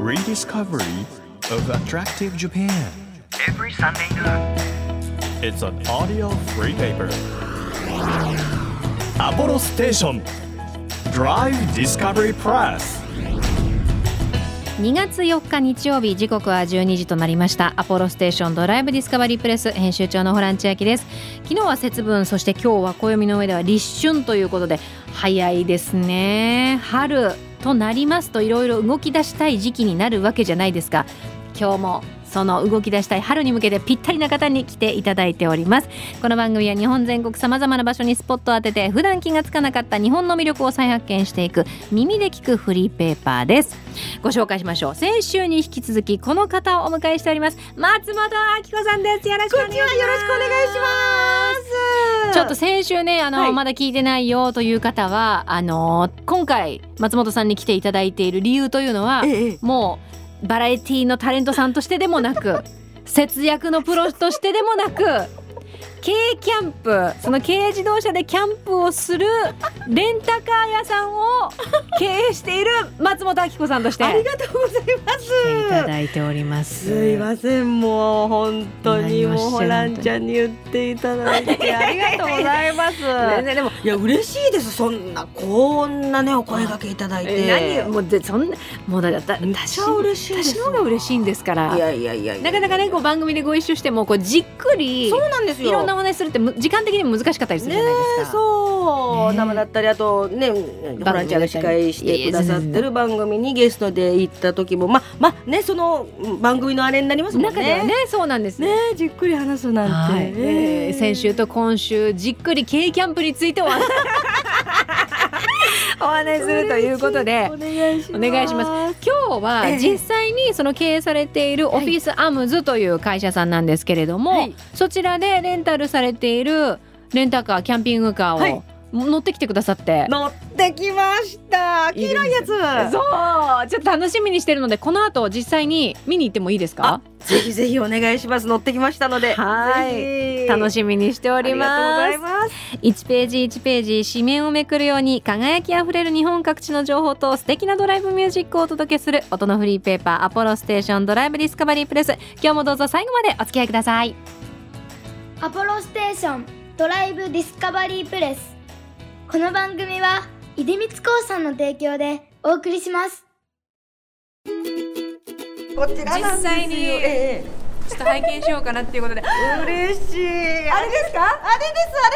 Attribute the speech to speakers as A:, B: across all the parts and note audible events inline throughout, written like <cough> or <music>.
A: Rediscovery of Attractive Japan
B: every Sunday noon.
A: It's an audio free paper Apollo Station Drive Discovery Press
C: 2月4日日曜日時刻は12時となりましたアポロステーションドライブディスカバリープレス編集長のホラン千秋です昨日は節分そして今日は暦の上では立春ということで早いですね春となりますといろいろ動き出したい時期になるわけじゃないですか今日もその動き出したい春に向けてぴったりな方に来ていただいておりますこの番組は日本全国さまざまな場所にスポットを当てて普段気がつかなかった日本の魅力を再発見していく耳で聞くフリーペーパーですご紹介しましょう先週に引き続きこの方をお迎えしております松本明子さんですよろしくお願いしますよろしくお願いしますちょっと先週ねあの、
D: はい
C: まだ聞いてないよという方はあの今回松本さんに来ていただいている理由というのは、
D: ええ、
C: もうバラエティのタレントさんとしてでもなく節約のプロとしてでもなく軽キャンプその軽自動車でキャンプをするレンタカー屋さんを経営している <laughs> 松本明子さんとして
D: ありがとうございます。
C: いただいております。
D: すいません、もう本当にも
C: 何
D: う
C: をおっ
D: ホ
C: しゃ
D: ラ
C: るんだ
D: ンちゃんに言っていただ
C: <laughs>
D: いてありがとうございます。
C: 全然でも
D: いや嬉しいです。そんなこんなねお声掛けいただいて。
C: 何もうでそんなもうだだだ
D: めっ
C: 私
D: ちゃ嬉しいです。
C: 私の方が嬉しいんですから
D: いやいやいやいや。
C: なかなかねこう番組でご一緒してもこうじっくり
D: そうなんですよ。
C: いろんなお話するってむ時間的にも難しかったりするじゃないですか。
D: そ
C: ね
D: う、
C: え
D: 生だったりあとねホランちゃんが司会してくださってる番組にゲストで行った時もまあまあねそのうん番組のあれになりますもん
C: 中ではね
D: ね。
C: そうなんです
D: ねえじっくり話すなんて、
C: はい、えー先週と今週じっくり K キャンプについてお <laughs> 話お話しするということで
D: お願いし
C: お願いしま今日
D: え
C: は
D: え
C: 実際にその経営されているオフィスアムズという会社さんなんですけれども、
D: はい
C: そちらでレンタルされているレンタカーキャンピングカ
D: は
C: ー
D: い
C: を乗ってきてくださって。
D: 乗ってきました黄色いやつ
C: そうちょっと楽しみにしてるのでこの後実際に見に行ってもいいですか
D: ぜひぜひお願いします乗ってきましたので
C: はい楽
D: み
C: しみにしてお
D: お
C: ります
D: ります
C: 1ページ1ページ紙面をめくるように輝きあふれる日本各地の情報と素敵なドライブミュージックをお届けする音のフリーペーパー「アポロステーションドライブディスカバリープレス」今日もどうぞ最後までお付き合いください
E: アポロステーションドライブディスカバリープレスこの番組は出光興産の提供でお送りします
D: こちらなん
C: 実
D: ですよ
C: 際に
D: え
C: ちょっと拝見しようかなっていうことで
D: え嬉しいあれですかあれですあ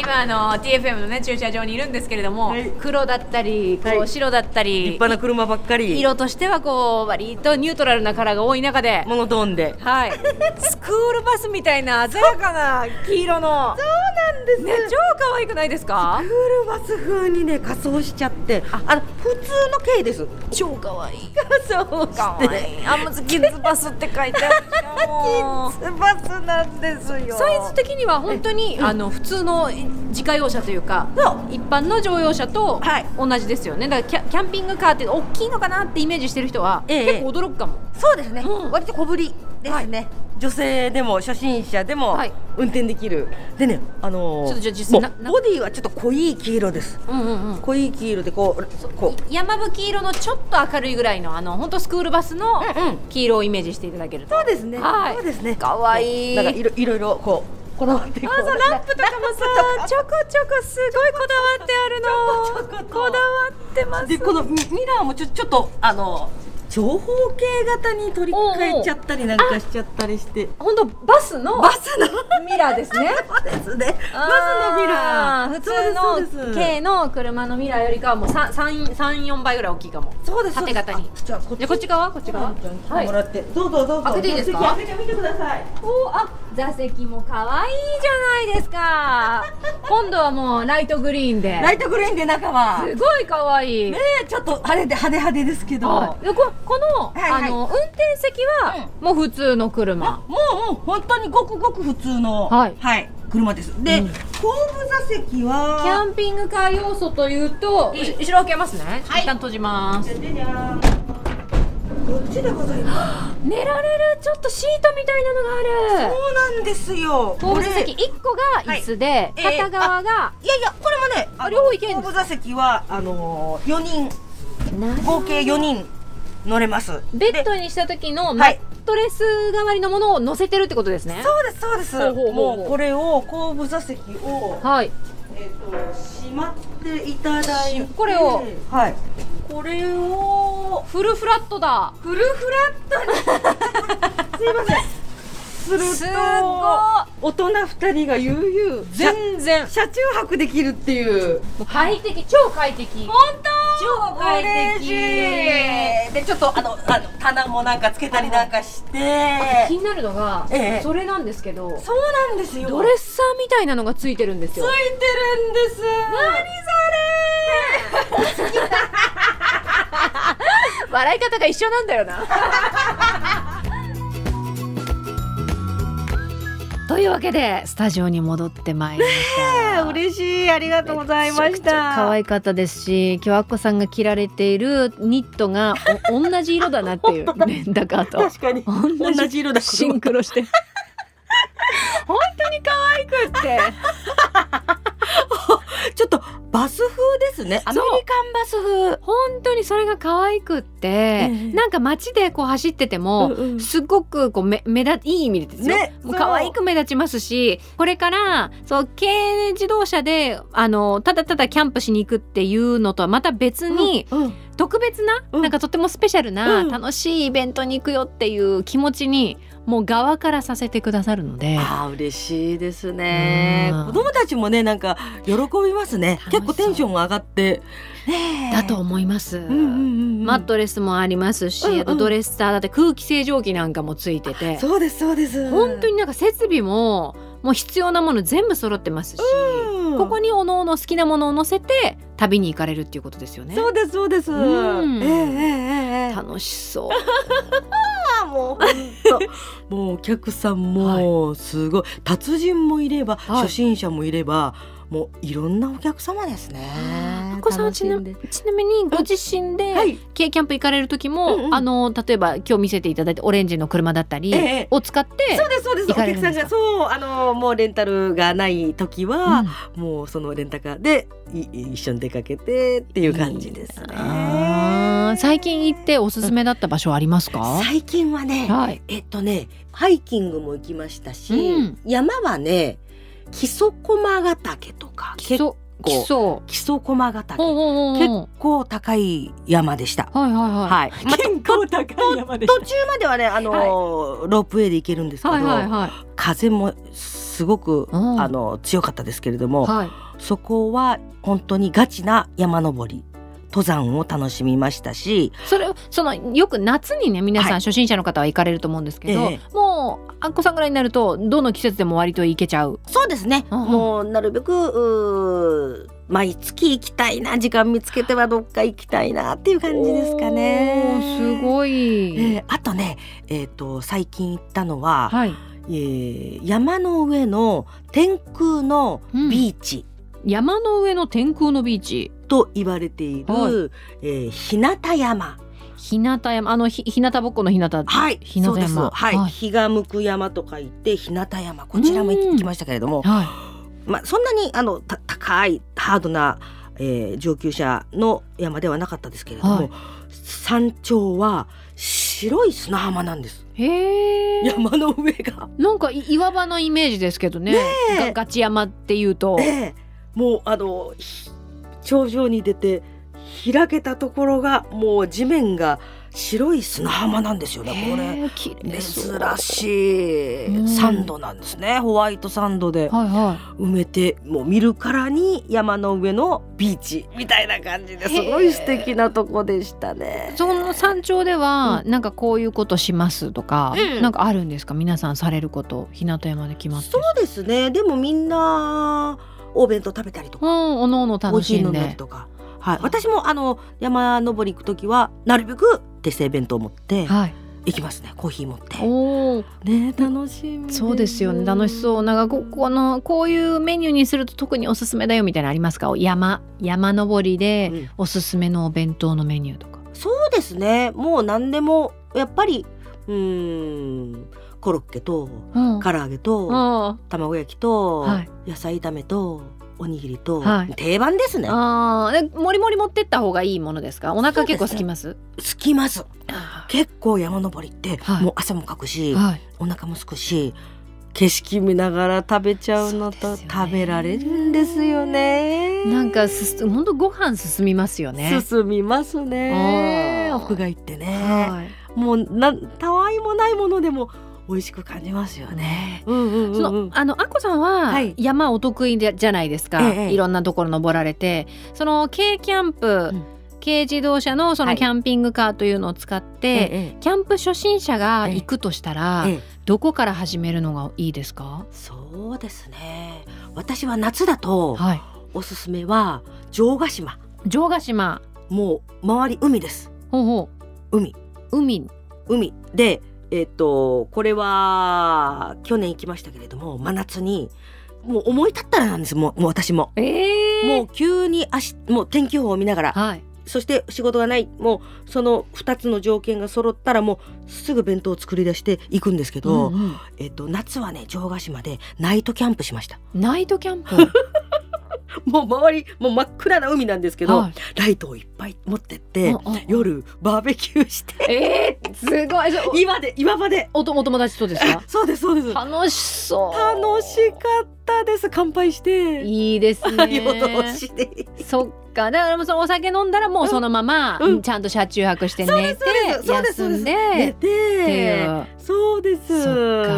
C: <laughs> 今あの TFM のね駐車場にいるんですけれども、
D: はい
C: 黒だったりこう
D: はい
C: 白だったり、
D: 立派な車ばっかり
C: 色としてはこう割とニュートラルなカラーが多い中で。
D: モノトーンで
C: はい、スクールバスみたいな鮮 <laughs> やかな黄色の
D: そうなんです
C: ね超可愛くないですか
D: クールバス風にね仮装しちゃってあの普通の軽です
C: 超可
D: <laughs>
C: 愛い
D: 仮装して
C: 可愛いあんまずキッズバスって書い
D: <laughs>
C: てあるじゃんもう
D: バスなんですよ
C: サイズ的には本当にあの普通の自家用車というか
D: そう
C: 一般の乗用車と
D: はい
C: 同じですよねだからキャキャンピングカーって大きいのかなってイメージしてる人は
D: ええ
C: 結構驚くかも、
D: そうですね、
C: うん
D: 割と小ぶりですね、女性でも初心者でも
C: はい
D: 運転できる、でねあのー
C: ちょっとじゃあ実際
D: もう
C: なな
D: ボディはちょっと濃い黄色です
C: うんうんうん
D: 濃い黄色でこうこう
C: 山吹色のちょっと明るいぐらいのあの本当スクールバスの
D: うんうん
C: 黄色をイメージしていただけると
D: そうですね、
C: はい
D: そうですね
C: 可愛い
D: なんかいろいろいろこうこだわってこう
C: あそうランプとかもさちょこちょこすごいこだわってあるの
D: ちょこちょこと
C: だわってます
D: でこのミミラーもちょちょっとあの長方形型に取り替えちゃったりなんかしちゃったりして
C: 本当バスの
D: バスの <laughs>
C: ミラーですね。
D: そうですねバスのミラー
C: あ普通
D: そう
C: の
D: です
C: 軽の車のミラーよりかはもう三三三四倍ぐらい大きいかも。
D: そうですそうで
C: 縦
D: す
C: 型に
D: あじゃあこ
C: じ
D: っち
C: ゃあこっち側こっち側。は
D: はいい、も。らってどうぞどうぞ
C: 開けていいですか
D: 開けてみてください
C: おあ座席も可愛いじゃないです
D: <laughs>
C: か。今度はもうライトグリーンで。
D: ライトグリーンで中は
C: すごい可愛い。
D: ねえちょっとあれで派手派手ですけど、
C: はい、でここの、
D: はいはい
C: あの運転席は、もう普通の車。
D: もうもう本当にごくごく普通の
C: はい
D: 車ですで、
C: うん
D: 後部座席
C: キャ
D: は
C: ンピングカー要素というと、うし後ろ開けますね。
D: はい
C: 一旦閉じます。
D: じゃじゃじゃーんこっちでございます
C: 寝られるちょっとシートみたいなのがある
D: そうなんですよ
C: 後部座席
D: こ
C: 1個が椅子で、
D: はいえー
C: 片側が、
D: れいやいやこれもねあの
C: 両方いけるんで
D: 後
C: す
D: 部座席はあのー、4人合計4人乗れます
C: ベッド
D: で
C: にした時のマ
D: は
C: ッ
D: い
C: トレス代わりのものを乗せてるってことですね。
D: そうですそうです
C: ほうほうほうほう
D: もうこれを後部座席を、
C: はい。
D: えっとしまっていただいて
C: しこれを
D: はいこれを
C: フルフラットだ。
D: フルフラットにすいませんすると
C: すっご
D: 大人2人が悠々
C: 全然
D: 車中泊できるっていう
C: 快適超快適。
D: 本当
C: 超快適
D: でちょっとあのあの棚もなんかつけたりなんかして
C: 気になるのが、
D: ええ
C: それなんですけど、
D: そうなんですよ
C: ドレッサーみたいなのがついてるんです
D: つ
C: よ。
D: いてるんです何それ
C: 笑い方が一緒なんだよな。 <laughs> というわけでスタジオに戻ってまいりました。
D: 嬉しいありがとうございま
C: め
D: し
C: ちゃくちゃ
D: た
C: 可愛かったですし今日アッコさんが着られているニットがお同じ色だなって <laughs> いうねだからと
D: 確か
C: <laughs>
D: に
C: 同じ
D: 同じ色だ
C: シンクロして本当に可愛くって
D: ちょっとバス風ですねアメリカンバス風
C: 本当にそれが可愛くって、
D: ええ
C: なんか街でこう走ってても、
D: うんうん
C: すごくこうめ目立いい意味でですよ、
D: ね
C: もう可愛く目立ちますしこれからそう軽自動車であのただただキャンプしに行くっていうのとはまた別に、
D: うんうん
C: 特別な、
D: うん
C: なんかとってもスペシャルな、
D: うん
C: 楽しいイベントに行くよっていう気持ちにもう側からさせてくださるので。
D: あー嬉しいですね
C: うん
D: 子供たちもねなんか喜びますね
C: 楽しそう
D: 結構テンションが上がってねえ
C: だと思います、
D: うんうんうんうん
C: マットレスもありますし、
D: うんうん
C: あとドレッサーだって空気清浄機なんかもついてて
D: そうですそうです
C: 本当になんか設備ももう必要なもの全部揃ってますし、
D: うん
C: ここにおのおの好きなものを乗せて旅に行かれるっていうことですよね。
D: そうですそうです
C: うん
D: ええええええ
C: 楽しそう。 <laughs>
D: あもう本当 <laughs> もうお客さんもすごい達人もいれば
C: はい
D: 初心者もいればもういろんなお客様ですね
C: お子さんは
D: 楽
C: ち
D: し
C: なん
D: で
C: ちなみにご自身
D: は
C: で
D: い
C: 軽キャンプ行かれる時も、
D: うんうん
C: あの例えば今日見せていただいたオレンジの車だったり
D: ええ
C: を使って、
D: そうですそうです
C: 行
D: お
C: かれる
D: 客
C: ん
D: さ
C: で
D: ん
C: すか
D: がそうあのもうレンタルがない時は、もうそのレンタカーでい一緒に出かけてっていう感じですね
C: うんあー最近行っておすすめだった場所ありますか？
D: 最近はね
C: はい。
D: えっとねハイキングも行きましたし、
C: うん
D: 山はね木曽駒ヶ岳とか
C: 基
D: 結
C: 礎
D: 構
C: 基礎。お
D: 木曽駒ヶ
C: う
D: 岳
C: おうおう
D: 結構高い山でした。
C: はいはいはい。
D: はい、まあ、と
F: 構高い山で
D: 途中まではね、あのーロープウェイで行けるんですけど、
C: はいはいはい。
D: 風もすごく、
C: うん
D: あの強かったですけれども、
C: はい。
D: そこは本当にガチな山登り登山を楽しみましたし、
C: それそのよく夏にね皆さん、
D: はい
C: 初心者の方は行かれると思うんですけど、
D: え
C: もうあっこさんぐらいになるとどの季節でも割と行けちゃう。
D: そうですね、
C: うんうん
D: もうなるべくうー毎月行きたいな時間見つけてはどっか行きたいなっていう感じですか
C: お
D: ね
C: ー。すご
D: え
C: い。
D: ーあとね、えっ、と最近行ったのは、
C: はい。
D: えー山の上の天空の
C: うん
D: ビーチ
C: 山の上の天空のビーチ、
D: と言われている、
C: は
D: えー日向山。
C: 日向山あのひ日向ぼっこの日向。
D: はい、
C: 日向
D: そうです
C: 山
D: はい、
C: はい
D: 日が向く山と書いて日向山。こちらも行きましたけれども、
C: は
D: まあそんなにあのた高いハードな、えー上級者の山ではなかったですけれども、
C: はい
D: 山頂は白い砂浜なんです。
C: い。へえ。
D: 山の上が、
C: なんかい岩場のイメージですけどね。
D: え
C: がガチ山っていうと。
D: ええもうあのひ頂上に出て開けたところがもう地面が白い砂浜なんですよね。これ
C: へー綺麗そう
D: 珍し
C: うん
D: いサンドなんですね、ホワイトサンドで
C: はいは
D: 埋めてもう見るからに山の上のビーチみたいな感じで
C: へ
D: す
C: ー
D: ごい素敵なとこでしたね
C: い。。その山頂では、なんかこういうことしますとか、
D: うん
C: なんかあるんですか皆さんされること日向山で決まって
D: そうですねでもみんなお弁当食べたりと
C: う
D: か
C: ん、おのおの
D: コー
C: 楽し
D: ヒー飲
C: ん
D: んだり
C: で。
D: とか、はい、私もあの山登り行く時はなるべく手製弁当持って
C: はい。
D: 行きますねコーヒー持って。
C: おお、
D: ね楽しみ
C: そうですよね。楽しそう。なんかここのこういうメニューにすると特におすすめだよみたいなのありますか？山山登り
D: う
C: で
D: ん
C: おすすめのお弁当のメニューとか。
D: そうですねもう何でもやっぱりうーんコロッケと
C: うん
D: 唐揚げと
C: あ
D: 卵焼きと
C: はい
D: 野菜炒めとおおにぎりと
C: はい
D: 定番ですね。
C: ああ、でもりもり持ってった方がいいものですか。お腹結構空きます。
D: すきます。
C: あ
D: 結構山登りって、
C: はい
D: もう汗もかくし
C: ー、はい。
D: お腹もすくし、景色見ながら食べちゃうの
C: そうで
D: と
C: すよね
D: 食べられるんですよね。
C: なんかすす本当ご飯進みますよね。
D: 進みますね。
C: あー
D: 屋外ってね、
C: はい。
D: もうなんたわいもないものでも美味しく感じますよね。うんうんうんうん
C: そのあのあこさんは
D: はい
C: 山お得意でじゃないですか、
D: ええ
C: いろんなところ登られてその軽キャンプ、
D: ん
C: 軽自動車のそ
D: は
C: の
D: い
C: キャンピングカーというのを使って、
D: ええ
C: キャンプ初心者が行くとしたら、
D: ええ
C: どこから始めるのがいいですか、
D: そうですね。私は夏だと
C: はい、
D: おすすめは城ヶ島。
C: 城ヶ島
D: もう周り海です。
C: ほうほ
D: 海
C: う海
D: 海でえっとこれは去年行きましたけれども真夏にもう思い立ったらなんですもうもう私も。
C: え
D: もう急に足もう天気予報を見ながら
C: はい
D: そして仕事がないもうその2つの条件が揃ったらもうすぐ弁当を作り出していくんですけど、
C: うんうん
D: えっと、夏はね城ヶ島でナイトキャンプしました
C: ナイトキャンプ
D: もう周りもう真っ暗な海なんですけど、
C: はい
D: ライトをいっぱい持ってって
C: うんうん
D: 夜バーベキューし
C: え
D: て
C: ー、すごいそ
D: 今で今まで
C: おおお友達とですか
D: そうですそうです
C: 楽しそう
D: 楽しかったです乾杯して
C: いいですね
D: <laughs> 夜通しで
C: そっかだからもうそのお酒飲んだらもうそのまま、
D: うん
C: ちゃんと車中泊して寝て
D: そうですそうですそう
C: 休
D: です
C: んで
D: 寝
C: ってい
D: て
C: う。
D: そうです
C: そっか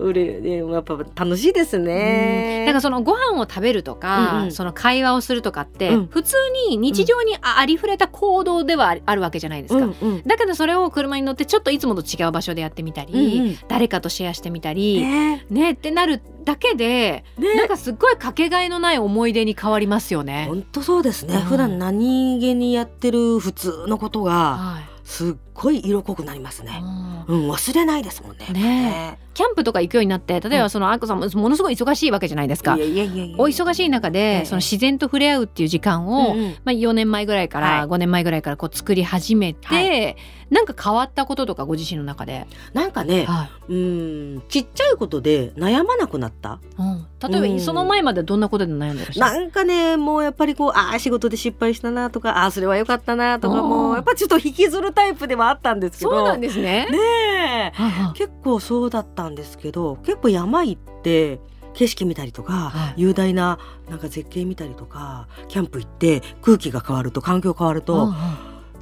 D: うれねやっぱ楽しいです
C: うん
D: ね
C: なんかそのご飯を食べるとか、
D: うんうん
C: その会話をするとかって、
D: うん
C: 普通に日常にあありふれた行動ではありあるわけじゃないですか、
D: うんうん
C: だけどそれを車に乗ってちょっといつもと違う場所でやってみたり、
D: うんうん
C: 誰かとシェアしてみたり、
D: ね
C: ねってなるだけで、
D: ね
C: なんかすっごいかけがえのない思い出に変わりますよね。
D: 本当そうですね、
C: うん
D: 普段何気にやってる普通のことが
C: はい
D: すっごい色濃くなりますね、
C: うん
D: うん、忘れないですもんね
C: ねキャンプとか行くようになって例えばそのあこさんもものすごい忙しいわけじゃないですか
D: いや。いやいやいや
C: お忙しい中で、
D: ええ
C: その自然と触れ合うっていう時間を、
D: うんうん
C: まあ、4年前ぐらいか
D: は
C: ら
D: い
C: 5年前ぐらいからこう作り始めて、
D: は
C: なんか変わったこととかご自身の中で、
D: なんかね
C: は
D: うんちっちゃいことで悩まなくなった
C: いうん、例え
D: う
C: ば
D: ん
C: その前までどんなことで悩んでらっしゃる
D: なんかねもうやっぱりこうああ仕事で失敗したなとかああそれは良かったなとか
C: おー
D: もうやっぱちょっと引きずるタイプではあったんですけど
C: そうなんですね。
D: ねえ
C: はいはい
D: 結構そうだったんですけど結構山行って景色見たりとか、
C: はい
D: 雄大ななんか絶景見たりとかキャンプ行って空気が変わると環境変わる
C: うんう
D: と
C: ん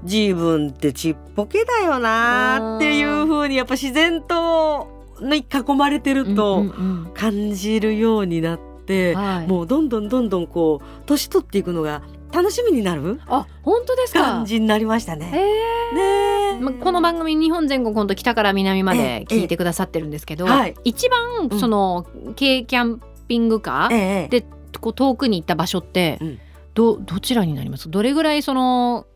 D: 自分ってちっぽけだよなっていうふうにやっぱ自然とに囲まれてる
C: うん
D: と
C: うん
D: 感じるようになって
C: うん、はい
D: もうどんどんどんどんこう年取っていくのが楽しみになる
C: あ本当ですか
D: 感じになりましたね。
C: え
D: ねえ
C: ーまあ、この番組日本全国今度北から南まで聞いてくださってるんですけど、
D: ええはい
C: 一番
D: うん
C: その軽キャンピングカー、
D: ええ
C: でこう遠くに行った場所って、
D: うん
C: どどちらになりますどれぐらいその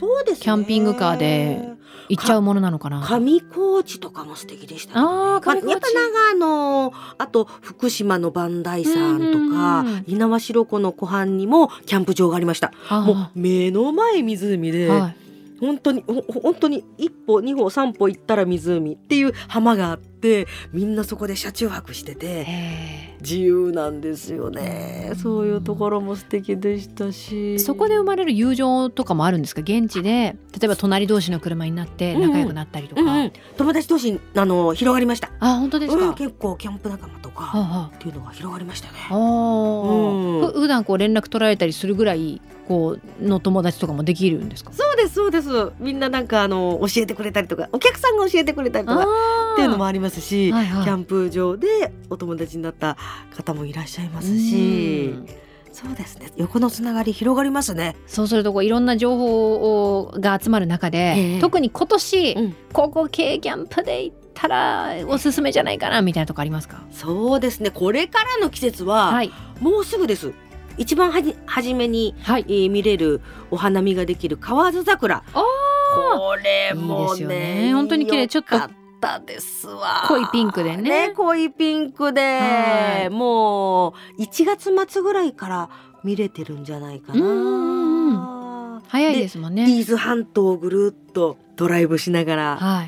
D: そうですね
C: キャンピングカーで行っちゃうものなのかな
D: 上高地とかも素敵でした、ね。
C: あー上高地
D: まあやっぱ長野、あと福島の磐梯山とか、
C: うんうんうん
D: 猪苗代湖の湖畔にもキャンプ場がありました。も
C: あ
D: う目の前湖
C: ー
D: で、
C: はい
D: 本当にほほ本当に一歩二歩三歩行ったら湖っていう浜があって、みんなそこで車中泊してて。
C: へ
D: 自由なんですよねそういうところも素敵でしたし
C: ーそこで生まれる友情とかもあるんですか現地で例えば隣同士の車になって仲良くなったりとか、
D: うんうん、友達同士あの広がりました、
C: あ本当ですか、
D: うん、結構キャンプ仲間と
C: はあ
D: か
C: はあ
D: っていうのが広がりましたね
C: あー
D: うん
C: ふ普段こう連絡取られたりするぐらいこうの友達とかもできるんですか
D: そうですそうですみんななんかあの教えてくれたりとかお客さんが教えてくれたりとか
C: っ
D: っていうのも
C: あ
D: ありますし、
C: はいはい
D: キャンプ場でお友達になった方もいらっしゃいますし
C: うん
D: そうですね横のつながり広がりますね
C: そうするとこういろんな情報をが集まる中で、
D: ええ
C: 特に今年、
D: うん
C: ここ軽キャンプで行ったらおすすめじゃないかなみたいなとこありますか
D: そうですねこれからの季節は、
C: はい
D: もうすぐです一番はじ初めに
C: はい
D: えー見れるお花見ができる河津桜
C: あ
D: これ
C: いい
D: も
C: ですよ
D: ね
C: ね本当に綺麗
D: よ
C: ちょっと
D: かったですわ
C: 濃いピンクでね
D: 濃いピンク
C: は
D: で
C: い
D: もう1月末ぐらいから見れてるんじゃないか
C: うんうんう
D: な
C: 早いですもん
D: で
C: ね
D: 伊豆半島をぐるっとドライブしながら
C: は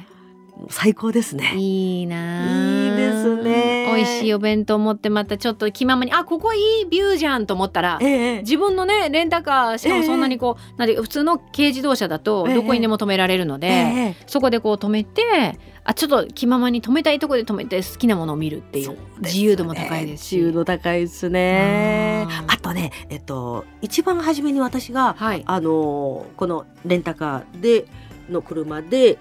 D: 最高ですね
C: いいいなあ
D: いいですね
C: 美味しいお弁当持ってまたちょっと気ままにあここいいビューじゃんと思ったら
D: ええ
C: <laughs> 自分のねレンタカーしかもそんなにこう、なんで普通の軽自動車だと
D: ええ
C: どこにでも止められるので、
D: ええ
C: そこでこう止めてあちょっと気ままに止めたいとこで止めて好きなものを見るっていう
D: そうですよね
C: 自由度も高いですし
D: 自由度高いですね
C: うん
D: あとねえっと一番初めに私が
C: はい
D: あのーこのレンタカーでの車で、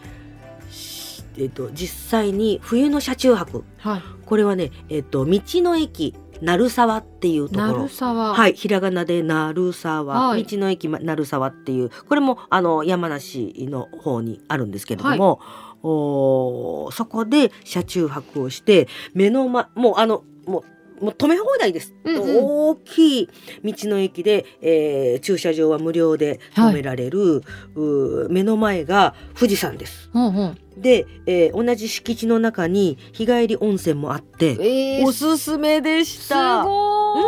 D: しえっと、実際に冬の車中泊
C: はい
D: これはね、えっと、道の駅鳴沢っていうところ
C: 鳴沢
D: はいい、ひらがなで鳴沢、
C: はい
D: 道の駅ま鳴沢っていうこれもあの山梨の方にあるんですけれども、おーそこで車中泊をして目の前もうあのもうもう止め放題です、
C: うんうん
D: 大きい道の駅で、えー駐車場は無料で止められる、うー目の前が富士山です。
C: ほうほう
D: で、えー同じ敷地の中に日帰り温泉もあって、
C: えー
D: おすすめでし
C: す
D: た。
C: ごい、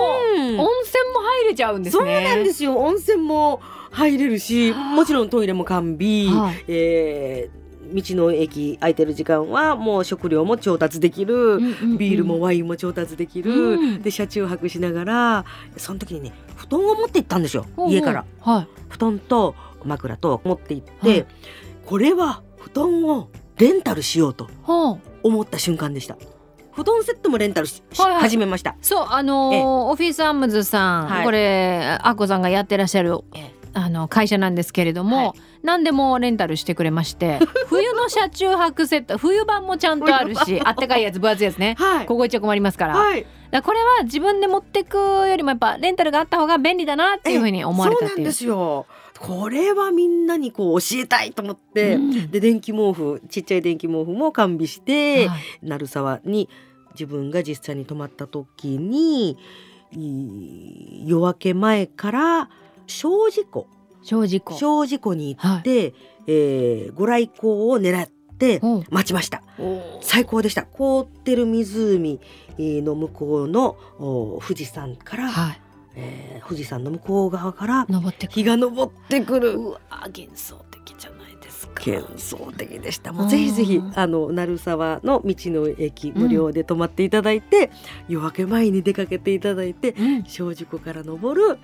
D: う
C: 温泉
D: ん
C: も入れちゃうんですね
D: そうなんですすよ温泉も入れるしもちろんトイレも完備、
C: はい
D: えー道の駅空いてる時間はもう食料も調達できる、ビールもワインも調達できる、
C: うん
D: で車中泊しながらその時にね布団を持って行ったんですよ
C: ほうほう
D: 家から
C: はい
D: 布団と枕と持って行って、
C: はい
D: これは布団をレンタルしようと
C: ほう
D: 思った瞬間でした布団セットもレンタルし、し
C: はいはい
D: 始めました
C: そうあのー
D: ええ
C: オフィスアームズさん、
D: はい
C: これあこさんがやってらっしゃる
D: ええ
C: あの会社なんですけれども、
D: はい
C: 何でもレンタルしてくれまして
D: <laughs>
C: 冬の車中泊セット冬版もちゃんとあるしあったかいやつ分厚いやつね
D: はい
C: ここ一応困りますから,、
D: はい
C: だからこれは自分で持ってくよりもやっぱレンタルがあった方が便利だなっていうふうに思われたっていう。
D: そうなんですよこれはみんなにこう教えたいと思って、
C: うん
D: で電気毛布ちっちゃい電気毛布も完備して、
C: はい
D: 鳴沢に自分が実際に泊まった時にい夜明け前から小事故
C: 小事故
D: 小事故に行
C: は
D: っ
C: い
D: て、えーご来光を狙って
C: ほう
D: 待ちました最高でした凍ってる湖の向こうのお富士山から、
C: はい
D: えー富士山の向こう側から
C: 登ってく
D: 日
C: る
D: が昇ってくる
C: うわ幻想的じゃないですか
D: 幻想的でした
C: あ
D: も
C: ー
D: うぜひぜひあの鳴沢の道の駅無料で泊まっていただいて、夜明け前に出かけていただいて
C: うん
D: 小樹湖から昇る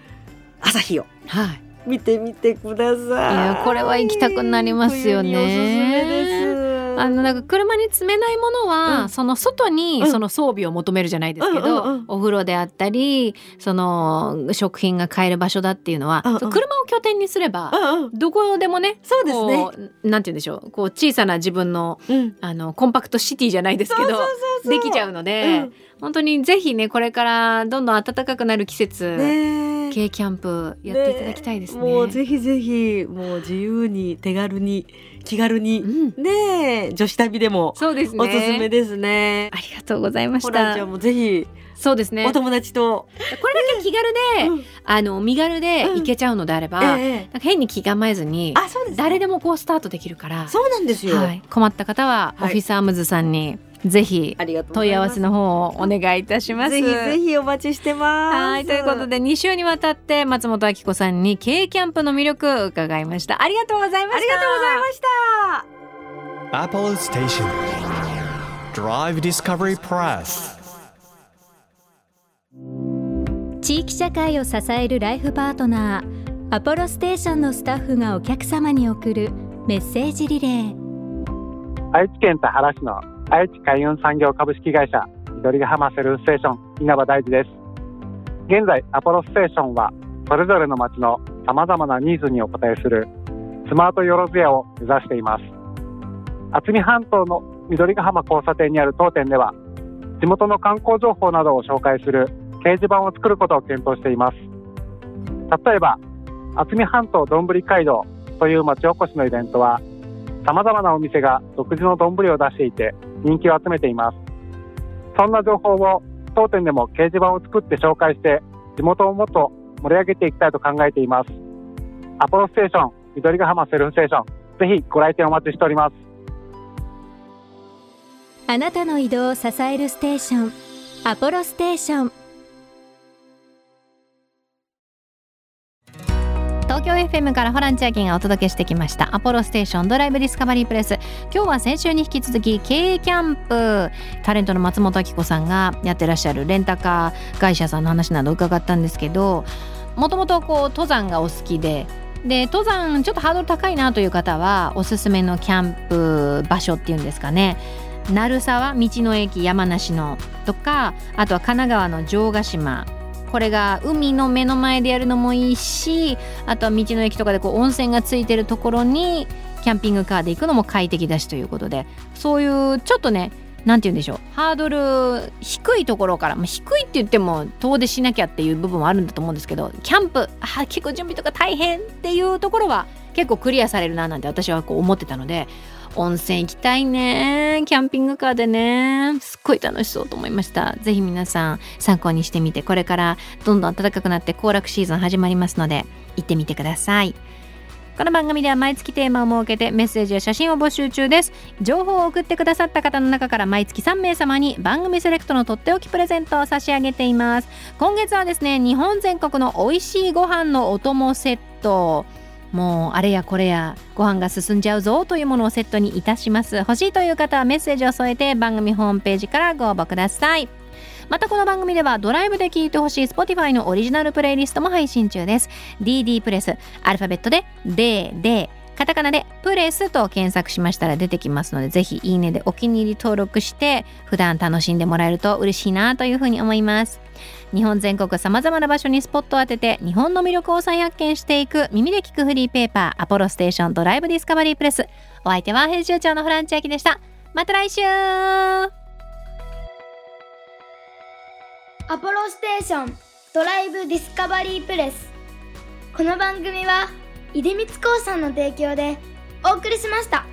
D: 朝日を
C: はい
D: 見てみてください
C: いやこれは行きたくなりますよね
D: 冬におすすめです
C: あのなんか車に詰めないものは、
D: うん
C: その外に
D: うん
C: その装備を求めるじゃないですけど、
D: うんうんうん
C: お風呂であったりその食品が買える場所だっていうのは、
D: うんうん
C: 車を拠点にすれば、
D: うんうん
C: どこでもね
D: そうですね
C: こうなんて言うんでしょうこう小さな自分の
D: うん
C: あのコンパクトシティじゃないですけどできちゃうので、
D: うん
C: 本当にぜひねこれからどんどん暖かくなる季節、
D: ねえ
C: 軽キャンプやっていただきたいですね。
D: もうぜひぜひもう自由に手軽に気軽
C: う
D: に
C: ん、
D: ねえ女子旅でも
C: そうですね。
D: おすすめですね
C: ありがとうございまし
D: ホランちゃ
C: た
D: ん。もぜひ
C: そうですね。
D: お友達と、
C: これだけ気軽で、
D: うん
C: あの身軽で
D: うん
C: 行けちゃうのであれば、なんか
D: ええ
C: 変に気構えずに
D: あそうです、
C: 誰でもこうスタートできるから、
D: そうなんですよ、
C: はい、困った方はオ
D: はい
C: フィスアームズさんにぜひ
D: ありがとうござ
C: 問い
D: い
C: 合
D: ま
C: わ
D: す
C: せの方をお願いいたします。
D: ぜひぜひお待ちしてます
C: はいということで2週にわたって松本明子さんに K キャンプの魅力伺いましたありがとうございました
D: ありがとうございました
A: Apollo Station. Drive Discovery Press.
F: 地域社会を支えるライフパートナーアポロステーションのスタッフがお客様に送るメッセージリレー
G: 愛知県田原市の愛知海運産業株式会社緑ヶ浜セルフステーション稲葉大地です現在アポロステーションはそれぞれの町のさまざまなニーズにお応えするスマートよろずやを目指しています渥美半島の緑ヶ浜交差点にある当店では地元の観光情報などを紹介する掲示板を作ることを検討しています例えば渥美半島どんぶり街道という町おこしのイベントはさまざまなお店が独自の丼を出していて人気を集めていますそんな情報を当店でも掲示板を作って紹介して地元をもっと盛り上げていきたいと考えていますアポロステーション緑ヶ浜セルフステーションぜひご来店お待ちしております
F: あなたの移動を支えるステーションアポロステーション
C: 東京 FM からホラン千秋がお届けしてきましたアポロステーションドライブディスカバリープレス今日は先週に引き続き経営キャンプタレントの松本明子さんがやってらっしゃるレンタカー会社さんの話など伺ったんですけどもともとこう登山がお好きでで登山ちょっとハードル高いなという方はおすすめのキャンプ場所っていうんですかね鳴沢道の駅山梨のとかあとは神奈川の城ヶ島これが海の目の前でやるのもいいしあとは道の駅とかでこう温泉がついてるところにキャンピングカーで行くのも快適だしということでそういうちょっとねなんて言うんでしょうハードル低いところから、まあ、低いって言っても遠出しなきゃっていう部分はあるんだと思うんですけどキャンプあ結構準備とか大変っていうところは結構クリアされるななんて私はこう思ってたので温泉行きたいねキャンピングカーでねすっごい楽しそうと思いましたぜひ皆さん参考にしてみてこれからどんどん暖かくなって行楽シーズン始まりますので行ってみてくださいこの番組では毎月テーマを設けてメッセージや写真を募集中です情報を送ってくださった方の中から毎月3名様に番組セレクトのとっておきプレゼントを差し上げています今月はですね日本全国の美味しいご飯のお供セットもうあれやこれやご飯が進んじゃうぞというものをセットにいたします欲しいという方はメッセージを添えて番組ホームページからご応募くださいまたこの番組ではドライブで聴いてほしい Spotify のオリジナルプレイリストも配信中です DD プレスアルファベットで DD カタカナでプレスと検索しましたら出てきますのでぜひいいねでお気に入り登録して普段楽しんでもらえると嬉しいなというふうに思います日本全国さまざまな場所にスポットを当てて日本の魅力を再発見していく耳で聞くフリーペーパーアポロステーションドライブディスカバリープレスお相手は編集長のホラン千秋でしたまた来週
E: アポロステーションドライブディスカバリープレスこの番組は出光興産の提供でお送りしました。